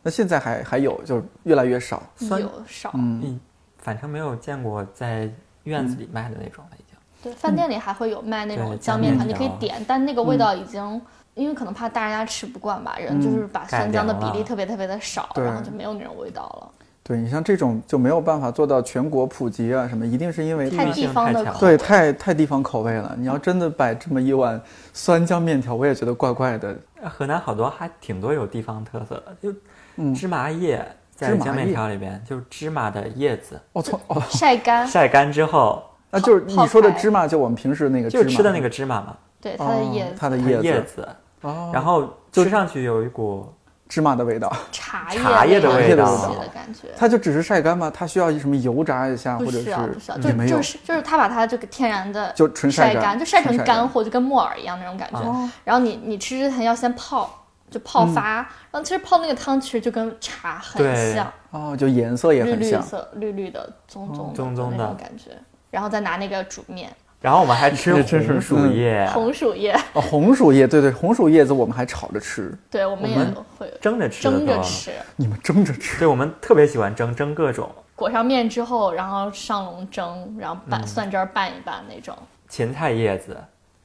那现在还还有，就是越来越少。
酸
有少，
嗯，反正没有见过在院子里卖的那种了，已经。
对，饭店里还会有
嗯
卖那种
对
浆
酱
面
面
条，你可以
条
点，但那个味道已经，因为可能怕大家吃不惯吧，人就是
嗯
把
改
酸浆的
良
比例
了
特别特别的少，
对
然后就没有那种味道了。
对你像这种就没有办法做到全国普及啊，什么一定是因为
太
地域
地
性
方
太
的
强了
口
对太太地方口味了。你要
嗯
真的摆这么一碗酸浆面条，我也觉得怪怪的。
河南好多还挺多有地方特色的，就
嗯
芝麻叶在
芝麻
酱面
叶
条里边，就是芝麻的叶子
哦，从哦，
晒干，
晒干之后，
那就是
泡
你说的
菜
芝麻，就我们平时那个芝
就
麻，
吃的那个芝麻嘛，
对它
哦
的叶子
它、的
它
叶
叶
子，
子，嗯
哦，
然后吃上去有一股
芝麻的味道。
茶
茶叶
叶
的
那
味
种
道
东西的感觉。
它就只是晒干吗？它需要什么油炸一下，或
不
者
需
是嗯
要，不需要，就
也没有
就是就是他把它这个天然的
就纯晒
晒
干
就晒
纯
成
晒
干
干
货，就跟木耳一样那种感觉。
哦
然后你你吃之前要先泡，就泡
嗯
发，然后其实泡那个汤其实就跟茶很
对
像，
哦，就颜色也
绿
很
绿
像。
色绿绿的棕棕的
哦棕棕
那
的
种感觉，然后再拿那个煮面，
然后我们还 吃嗯
这真是
红薯叶，
红薯叶，
哦，红薯叶，对对，红薯叶子我们还炒着吃，
对我们也
们
会
蒸着吃的
蒸着
多啊
吃，
你们蒸着吃。
对，我们特别喜欢蒸，蒸各种
裹上面之后，然后上笼蒸，然后
嗯
拌蒜汁儿拌一拌那种，
芹菜叶子，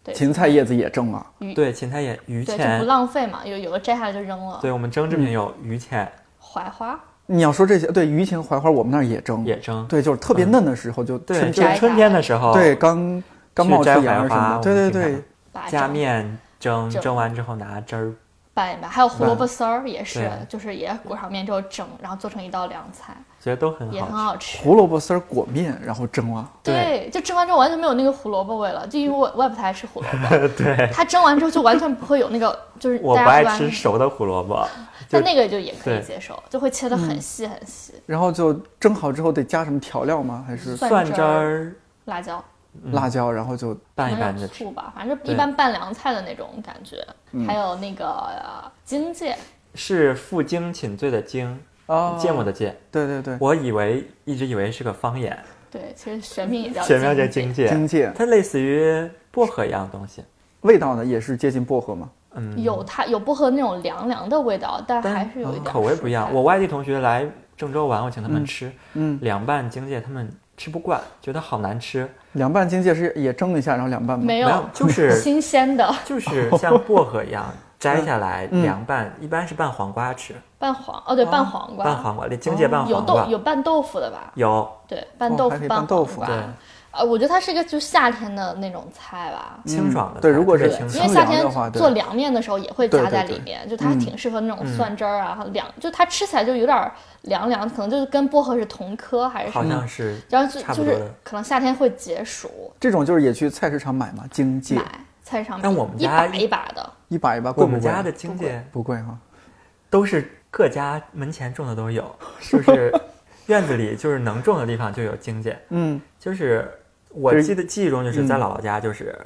对
芹菜叶子也蒸啊了，
对，芹菜叶、榆
对就
钱
不，浪费嘛，有有的摘下来就扔了，
对我们蒸
嗯
制品有榆钱
槐花。
你要说这些，对，榆钱、槐花，我们那儿也蒸，
也蒸，
对，就是特
嗯
别嫩的时候就
对，
春
就
天，
是春天的时候，
哦
对，刚刚
去
冒出
摘
芽
槐
儿什么
花
的，
我
对对
们平
对
常，
把它
加
整
面蒸，
蒸
蒸完之后拿汁儿
拌一拌，还有胡萝卜丝儿也是
对，
就是也裹上面之后蒸，然后做成一道凉菜，
觉得都很
也很
好
好吃。
胡萝卜丝儿裹面，然后蒸啊，
对，就蒸完之后完全没有那个胡萝卜味了，就因为我我也不太爱吃胡萝卜，
吃。 对，
它蒸完之后就完全不会有那个，就是
我不
大
爱
家
吃熟的胡萝卜，就
但那个就也可以
对
接受，就会切得很细很细，
然后就蒸好之后得加什么调料吗？还是
蒜
蒜
汁
汁儿
辣椒，
辣椒？然后就
拌嗯一
可
拌
能
着
有
吃。
醋吧，反正一
对嗯
般拌凉菜的那种感觉，还有那个、呃荆芥，
是负荆请罪的荆，
哦
啊，
嗯芥末的芥。
对对对，
我以为一直以为是个方言，
对，其实学名也叫
前面叫
荆
荆
芥，
芥，
荆芥
它类似于薄荷一样的东西。
味道呢也是接近薄荷嘛。
嗯，
有它有薄荷那种凉凉的味道，但
但
还是有一点、
嗯口味不一样。我外地同学来郑州玩，我请他们吃，
嗯，
凉拌荆芥他们吃不惯，觉得好难吃。
凉拌荆芥是也蒸一下，然后凉拌吗？
没
没有
有，
就是
新鲜的
就是像薄荷一样摘下 来
嗯
凉拌，一般是拌黄瓜吃，
拌黄哦，对，拌黄瓜，
拌黄瓜，荆芥拌
有
黄
豆
瓜
哦有拌豆腐的吧？
有
对，拌
哦
豆
还
腐、
可以
拌
拌豆
黄
腐
瓜
对。
呃，我觉得它是一个就夏天的那种菜吧，
清爽的菜。
嗯对如果
特别
是
清爽
因为
清
夏
凉
天
的话对
做凉面的时候也会加
对对
在
对
里面，
嗯
就它挺适合那种蒜汁儿啊，和凉，就它吃起来就有点儿凉凉，可能就是跟薄荷是同科还是什
好
么，
像是
然后就
差不
就
多
是
的。
可能夏天会解暑，
这种就是也去菜市场买嘛，荆芥
买菜市场
但
买
我们
一
家
把一把的，
一把一把贵
我
不
们
贵？
家的荆芥
不贵哈，
都是各家门前种的都 有，就是院子里就是能种的地方就有荆芥。
嗯，
就是我
就是
记得记忆中就是在
嗯
姥姥家，就是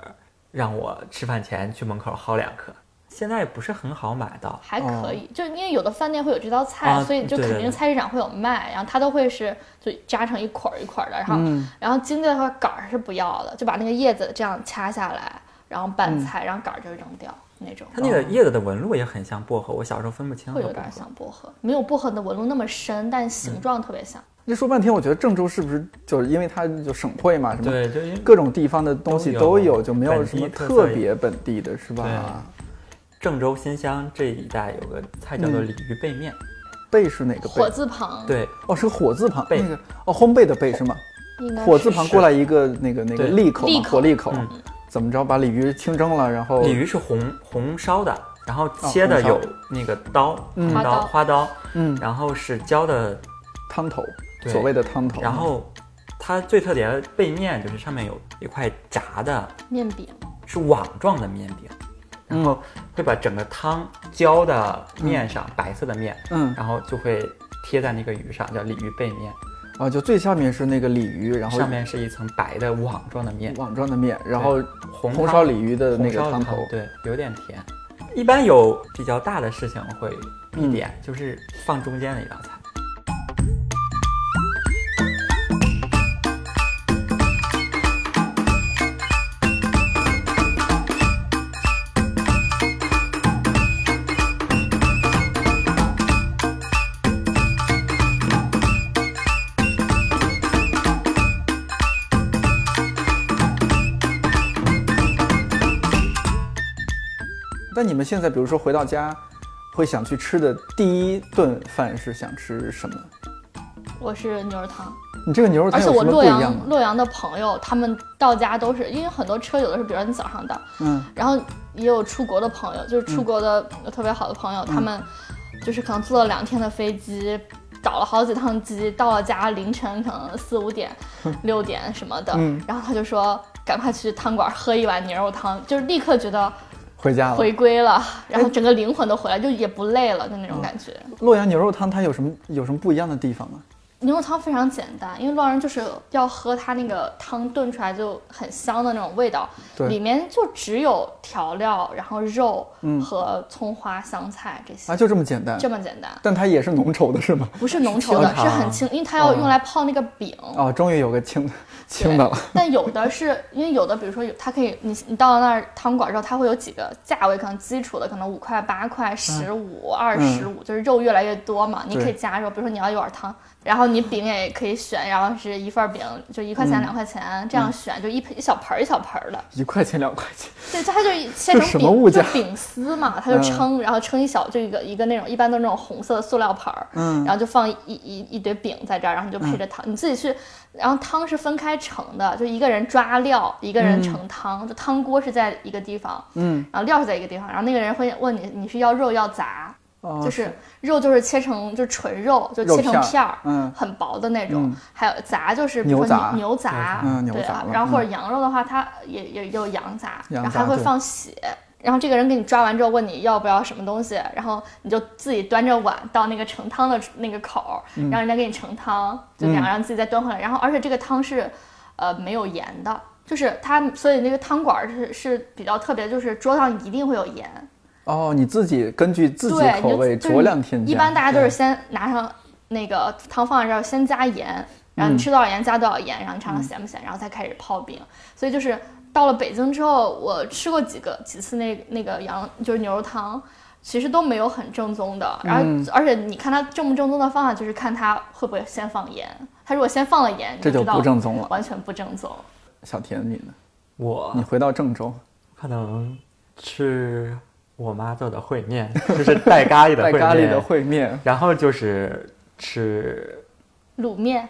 让我吃饭前去门口薅两颗，现在也不是很好买到。
还可以，就因为有的饭店会有这道菜，
啊
所以就
对对
肯
对
定菜市场会有卖，然后它都会是就扎成一捆儿一捆儿的，然后、然后荆芥的话杆儿是不要的，就把那个叶子这样掐下来，然后拌菜，然后杆儿就扔掉那种。
它那个叶子的纹路也很像薄荷，我小时候分不清
哦会
和
有
薄
点
荷。
像薄荷，没有薄荷的纹路那么深，但形状特别像。
这说半天，我觉得郑州是不是就是因为它就省会嘛，什么
对，就因为
各种地方的东西
都有
都有，就没有
本
什
地
么
特
特
色
别本地的，是吧？
郑州新乡这一带有个菜叫做
嗯
鲤鱼背面，
贝是哪个
火
贝？
字旁，，
对
哦，是火字旁，
贝
那个哦，烘焙的焙是吗？
应该
火字旁
是
过来一个那个那个
对
利口
利
嘛，
口
火利口
嗯，
怎么着把鲤鱼清蒸了，然后
鲤鱼是红红烧的，然后切的
哦红烧
有那个刀，
嗯
红刀、花刀，
嗯
然后是浇的，
汤头，
对
所谓的汤头，
然后它最特点的背面就是上面有一块炸的，
面饼，
是网状的面饼，然后
嗯
会把整个汤浇的面上，白色的面，
嗯，
然后就会贴在那个鱼上，叫鲤鱼背面，
啊，就最下面是那个鲤鱼，然后
上面是一层白的网状的面，
网状的面，然后
红
红
汤
烧鲤鱼的那
红
个
烧的
汤头，
对，有点甜。一般有比较大的事情会必点，就是放中间的一道菜。
但你们现在比如说回到家，会想去吃的第一顿饭是想吃什么？
我是牛肉汤。
你这个牛肉
而
汤
且
有
我
什么不
洛
一样吗
阳？洛阳的朋友，他们到家都是因为很多车有的是，比如说你早上到，
嗯，
然后也有出国的朋友，就是出国的特别好的朋友，他们就是可能坐了两天的飞机，倒了好几趟机，到了家凌晨可能四五点、六点什么的，
嗯
然后他就说赶快去汤馆喝一碗牛肉汤，就是立刻觉得
回家了。
回归了，然后整个灵魂都回来，就也不累了，就那种感觉。
洛阳牛肉汤它有什么有什么不一样的地方吗？
牛肉汤非常简单，因为洛阳人就是要喝它那个汤炖出来就很香的那种味道，
对
里面就只有调料，然后肉
嗯
和葱花、香菜这些，
啊，就这么简单。
这么简单，
但它也是浓稠的，是哦吗？
不是浓稠的，
清
是
汤啊
很清，因为它要用来泡那个饼。
啊，终于有个清
对
清的了。
但有的是因为有的，比如说有它可以，你你到了那儿汤馆之后，它会有几个价位，可能基础的可能五
嗯
块、八块、十五、二十五，就是肉越来越多嘛，你可以加肉，比如说你要一碗汤，然后你饼也可以选，然后是一份饼就一块
嗯
钱、两块钱这样选，就一盆一小盆儿一小盆儿的。
一块钱两块钱，
对，就它就切成
这什
饼，
么物
就
价嗯
饼丝嘛，它就称，然后称一小就一个一个那种，一般都是那种红色的塑料盘儿，
嗯
然后就放一一一堆饼在这儿，然后你就配着汤，你自己去，然后汤是分开盛的，就一个人抓料，一个人盛汤，就汤锅是在一个地方，
嗯，
然后料是在一个地方，然后那个人会问你你是要肉要杂，
哦
就是肉就是切成就是纯肉，就
肉
切成
片儿
片儿，
嗯
很薄的那种
嗯，
还有杂就是比
牛
如说
杂
牛杂，
嗯牛
对
杂
啊
了
然后或者
嗯
羊肉的话，它也也也有羊杂，
羊
然后
杂
还会
对
放血。然后这个人给你抓完之后，问你要不要什么东西，然后你就自己端着碗到那个盛汤的那个口儿，
嗯
让人家给你盛汤，就那样，然后自己再端回来。然后而且这个汤是，呃，没有盐的，就是它，所以那个汤馆儿是是比较特别，就是桌上一定会有盐，
哦，你自己根据自己
对，
口味
你就就是
酌量添加。嗯
一般大家都是先拿上那个汤放在这儿，先加盐，
嗯
然后你吃多少盐加多少盐，然后你尝尝咸不咸，然后再开始泡饼。所以就是到了北京之后，我吃过几个几次那那个羊就是牛肉汤。其实都没有很正宗的，然后、
嗯
而且你看它正不正宗的方法，就是看它会不会先放盐。它如果先放了盐，你
这就
知道
不正宗了
完全不正宗。
小甜你呢？
我
你回到郑州，
可能吃我妈做的烩面，就是 带咖喱的
带
烩面，
咖喱的烩面，
然后就是吃
卤面，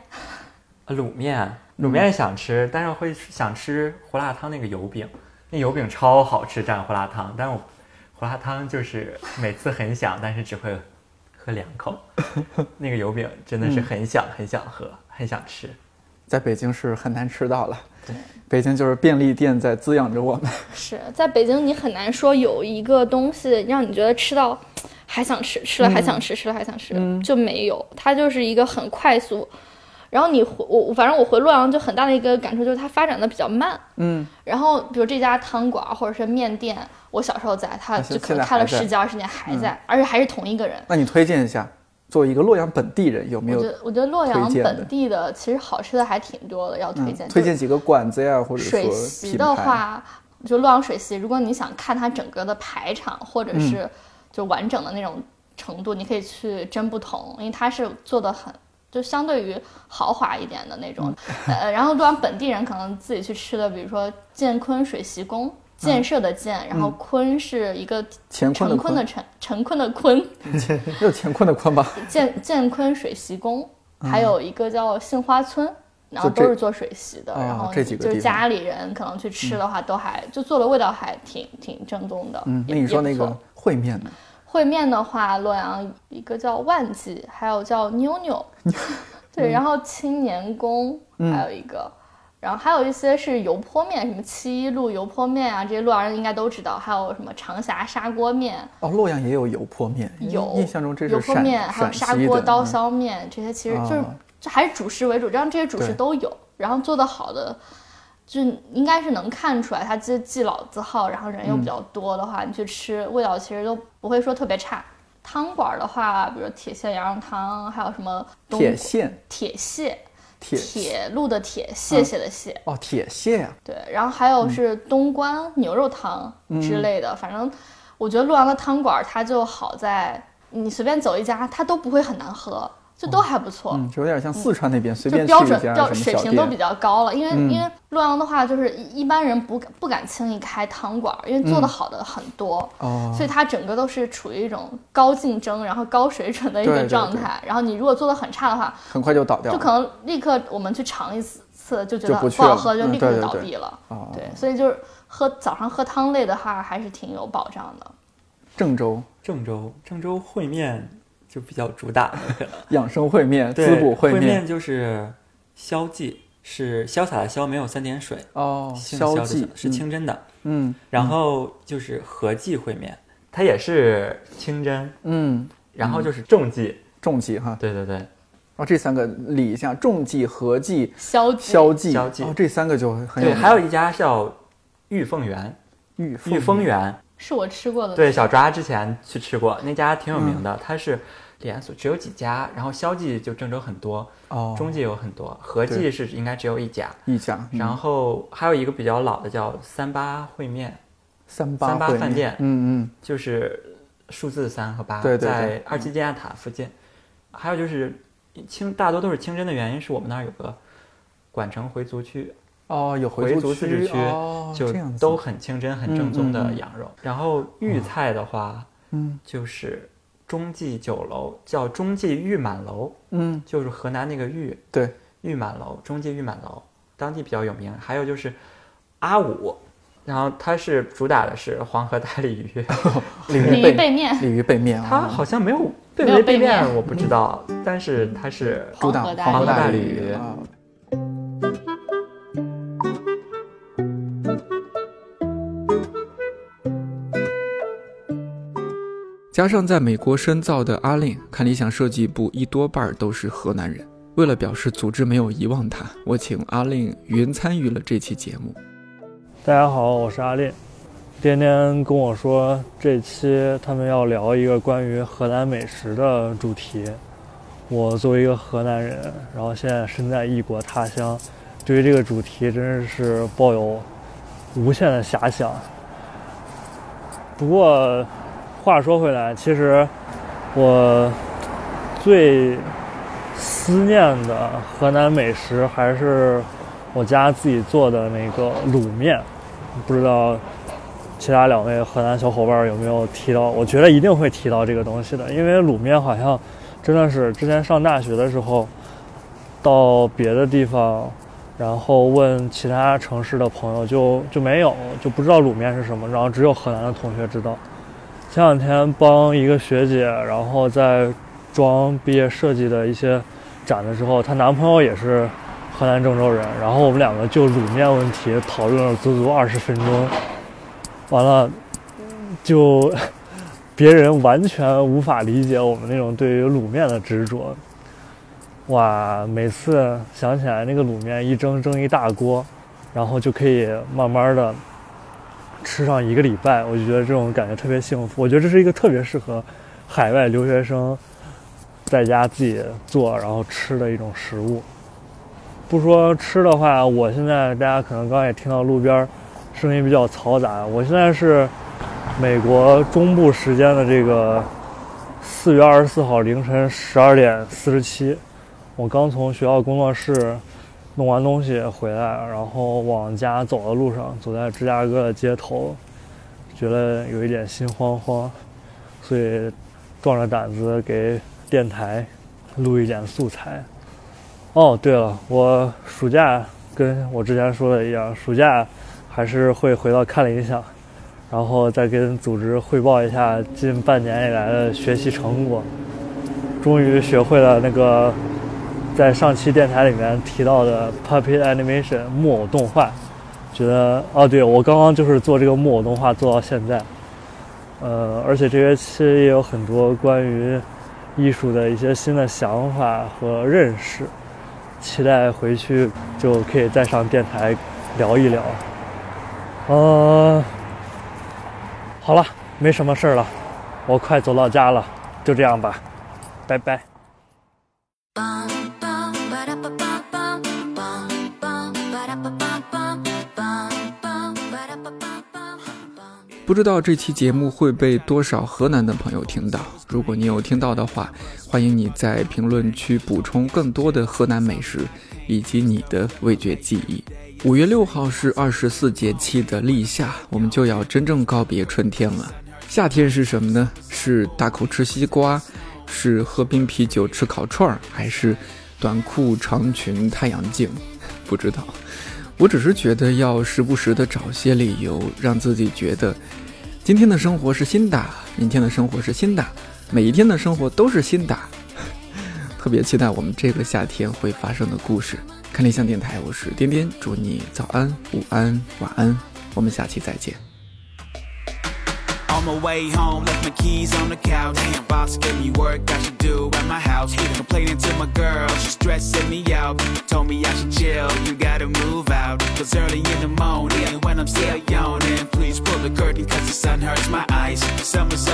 呃卤面，
嗯
卤面想吃，但是会想吃胡辣汤那个油饼，那油饼超好吃，蘸胡辣汤，但我胡辣汤就是每次很想，但是只会喝两口， 那个油饼
嗯
真的是很想很想喝，很想吃。
在北京是很难吃到了。北京就是便利店在滋养着我们。
是在北京，你很难说有一个东西让你觉得吃到还想吃，吃了还
嗯
想吃，吃了还想吃，就没有。它就是一个很快速。然后你回我，反正我回洛阳就很大的一个感触就是它发展的比较慢。
嗯，
然后比如这家汤馆或者是面店，我小时候在，它
它现
就可
现
能
在
开了
还在嗯
十几二十年还在，而且还是同一个人。
那你推荐一下，作为一个洛阳本地人，有没有
我觉得我觉得洛
推
阳
荐的
本地的其实好吃的还挺多的，要推
嗯
荐、
推荐几个馆子呀，或者说
水席
品
的
牌？
话，就洛阳水席，如果你想看它整个的排场或
嗯
者是就完整的那种程度，你可以去真不同，因为它是做的很。就相对于豪华一点的那种，
嗯
呃，然后洛阳本地人可能自己去吃的，比如说建坤水席宫，建设的建，然后坤是一个
嗯乾坤的
陈坤的陈，陈坤的坤，
没有乾坤的坤吧？
建建坤水席宫，还有一个叫杏花村，然后
就这
都是做水席的。
哦
然后
这几个
就是
地方
家里人可能去吃的话，都还就做的味道还挺挺正宗的。
嗯，那
也
你说
也
那
不
个
错
烩面呢？
烩面的话，洛阳一个叫万记，还有叫妞妞，
嗯
对，然后青年宫还有一个。然后还有一些是油泼面，什么七一路油泼面啊，这些洛阳人应该都知道。还有什么长峡砂锅面，
哦，洛阳也有油泼面，因为
有
嗯印象中这
油
是
泼
陕
面，还有
陕
砂
西
锅
的
刀
嗯
削面，这些其实就是、
啊
就还是主食为主，这样这些主食
对
都有，然后做的好的。就应该是能看出来，它既既老字号，然后人又
嗯
比较多的话，你去吃味道其实都不会说特别差。汤馆儿的话，比如铁线羊肉汤，还有什么东
铁线
铁蟹，
铁嗯
铁路的铁，谢谢的谢，
哦铁蟹呀，
对，然后还
嗯
有是东关牛肉汤之类的，反正我觉得洛阳的汤馆儿它就好在你随便走一家，它都不会很难喝，就都还不错。
嗯，就有点像四川那边随
就
便去
标
一
准
家
标
什么
水
小
平都比
店，嗯
较高了，因为、因为洛阳的话，就是一一般人不敢不敢轻易开汤馆儿，因为做的好的很多，
嗯哦
所以它整个都是处于一种高竞争，然后高水准的一
对
个
对
状
对
态。然后你如果做的很差的话，
很快就倒掉
就
了。
可能立刻我们去尝一次次就觉得
就不去
好
了
喝，就
嗯
立刻
对
就
对
倒
对
闭了。
哦
对所以就是喝早上喝汤类的话，还是挺有保障的。
郑州
郑州郑州烩面就比较主打 那个，
养生烩面、滋
对
补
烩
面，
就是消记，是潇洒的潇，没有三点水，
哦，
姓
消
的
记
潇是
嗯
清真的。
嗯
然后就是合记烩面，它也是清真，
嗯，
然后就是重记，
重记哈，
对对对，
哦，这三个理一下，重记、合记、
消极
消记，
消记
哦，这三个就很有
对，
名。
还有一家叫玉凤园，
玉
玉凤园，
哦是我吃过的，
对，小抓之前去吃过，那家挺有
嗯
名的，它是连锁，只有几家，然后消记就郑州很多，
哦，
中记有很多，合记
对
是应该只有一家，
一家，嗯
然后还有一个比较老的叫三八烩面，
三八
三八
烩面
饭店
嗯嗯，
就是数字三和八，
对对对
在二七建亚塔附近。还有就是清大多都是清真的原因，是我们那儿有个管城回族区，
哦，有
回
族
族自治区
哦，
就
这样子
都很清真、很正宗的羊肉。然后豫菜的话，
嗯
就是中记酒楼，叫中记豫满楼，
嗯，
就是河南那个豫
对，
豫满楼，中记豫满楼，当地比较有名。还有就是阿五，然后它是主打的是黄河大鲤鱼，
鲤
鲤
鱼
鱼
背
背面，
鲤鱼背面
它
啊，
好像没有背
没有
没背
背面
面，我不知道，但是它是
主打
黄河大
黄河大
鲤
鲤
鱼
啊。
加上在美国深造的阿令，看理想设计部一多半儿都是河南人。为了表示组织没有遗忘他，我请阿令云参与了这期节目。
大家好，我是阿烈。颠颠跟我说，这期他们要聊一个关于河南美食的主题。我作为一个河南人，然后现在身在异国他乡，对于这个主题真是抱有无限的遐想。不过话说回来，其实我最思念的河南美食还是我家自己做的那个卤面，不知道其他两位河南小伙伴有没有提到？我觉得一定会提到这个东西的，因为卤面好像真的是之前上大学的时候，到别的地方，然后问其他城市的朋友就就没有，就不知道卤面是什么，然后只有河南的同学知道。前两天帮一个学姐，然后在装毕业设计的一些展的时候，她男朋友也是河南郑州人，然后我们两个就卤面问题讨论了足足二十分钟，完了就 别人完全无法理解我们那种对于卤面的执着。哇，每次想起来那个卤面一蒸蒸一大锅，然后就可以慢慢的吃上一个礼拜，我就觉得这种感觉特别幸福。我觉得这是一个特别适合海外留学生在家自己做然后吃的一种食物。不说吃的话，我现在大家可能刚刚也听到路边儿声音比较嘈杂。我现在是美国中部时间的这个四月二十四号凌晨十二点四十七，我刚从学校工作室弄完东西回来，然后往家走的路上，走在芝加哥的街头，觉得有一点心慌慌，所以壮着胆子给电台录一点素材。哦，对了，我暑假跟我之前说的一样，暑假还是会回到看理想，然后再跟组织汇报一下近半年以来的学习成果。终于学会了那个在上期电台里面提到的 puppet animation 木偶动画，觉得哦，对我刚刚就是做这个木偶动画做到现在，呃，而且这学期也有很多关于艺术的一些新的想法和认识。期待回去就可以再上电台聊一聊。呃，好了，没什么事儿了，我快走到家了，就这样吧，拜拜。
不知道这期节目会被多少河南的朋友听到。如果你有听到的话，欢迎你在评论区补充更多的河南美食以及你的味觉记忆。五月六号是二十四节气的立夏，我们就要真正告别春天了。夏天是什么呢？是大口吃西瓜，是喝冰啤酒吃烤串儿，还是短裤长裙太阳镜？ 不知道。我只是觉得要时不时的找些理由，让自己觉得今天的生活是新的，明天的生活是新的，每一天的生活都是新的。 特别期待我们这个夏天会发生的故事。看理想电台，我是颠颠，祝你早安、午安、晚安，我们下期再见。
On my way home, left my keys on the couch. Damn, boss gave me work I should do at my house. Complaining to my girl, she stressing me out. Told me I should chill, you gotta move out. Cause early in the morning, when I'm still yawning, please pull the curtain, cause the sun hurts my eyes. Summer's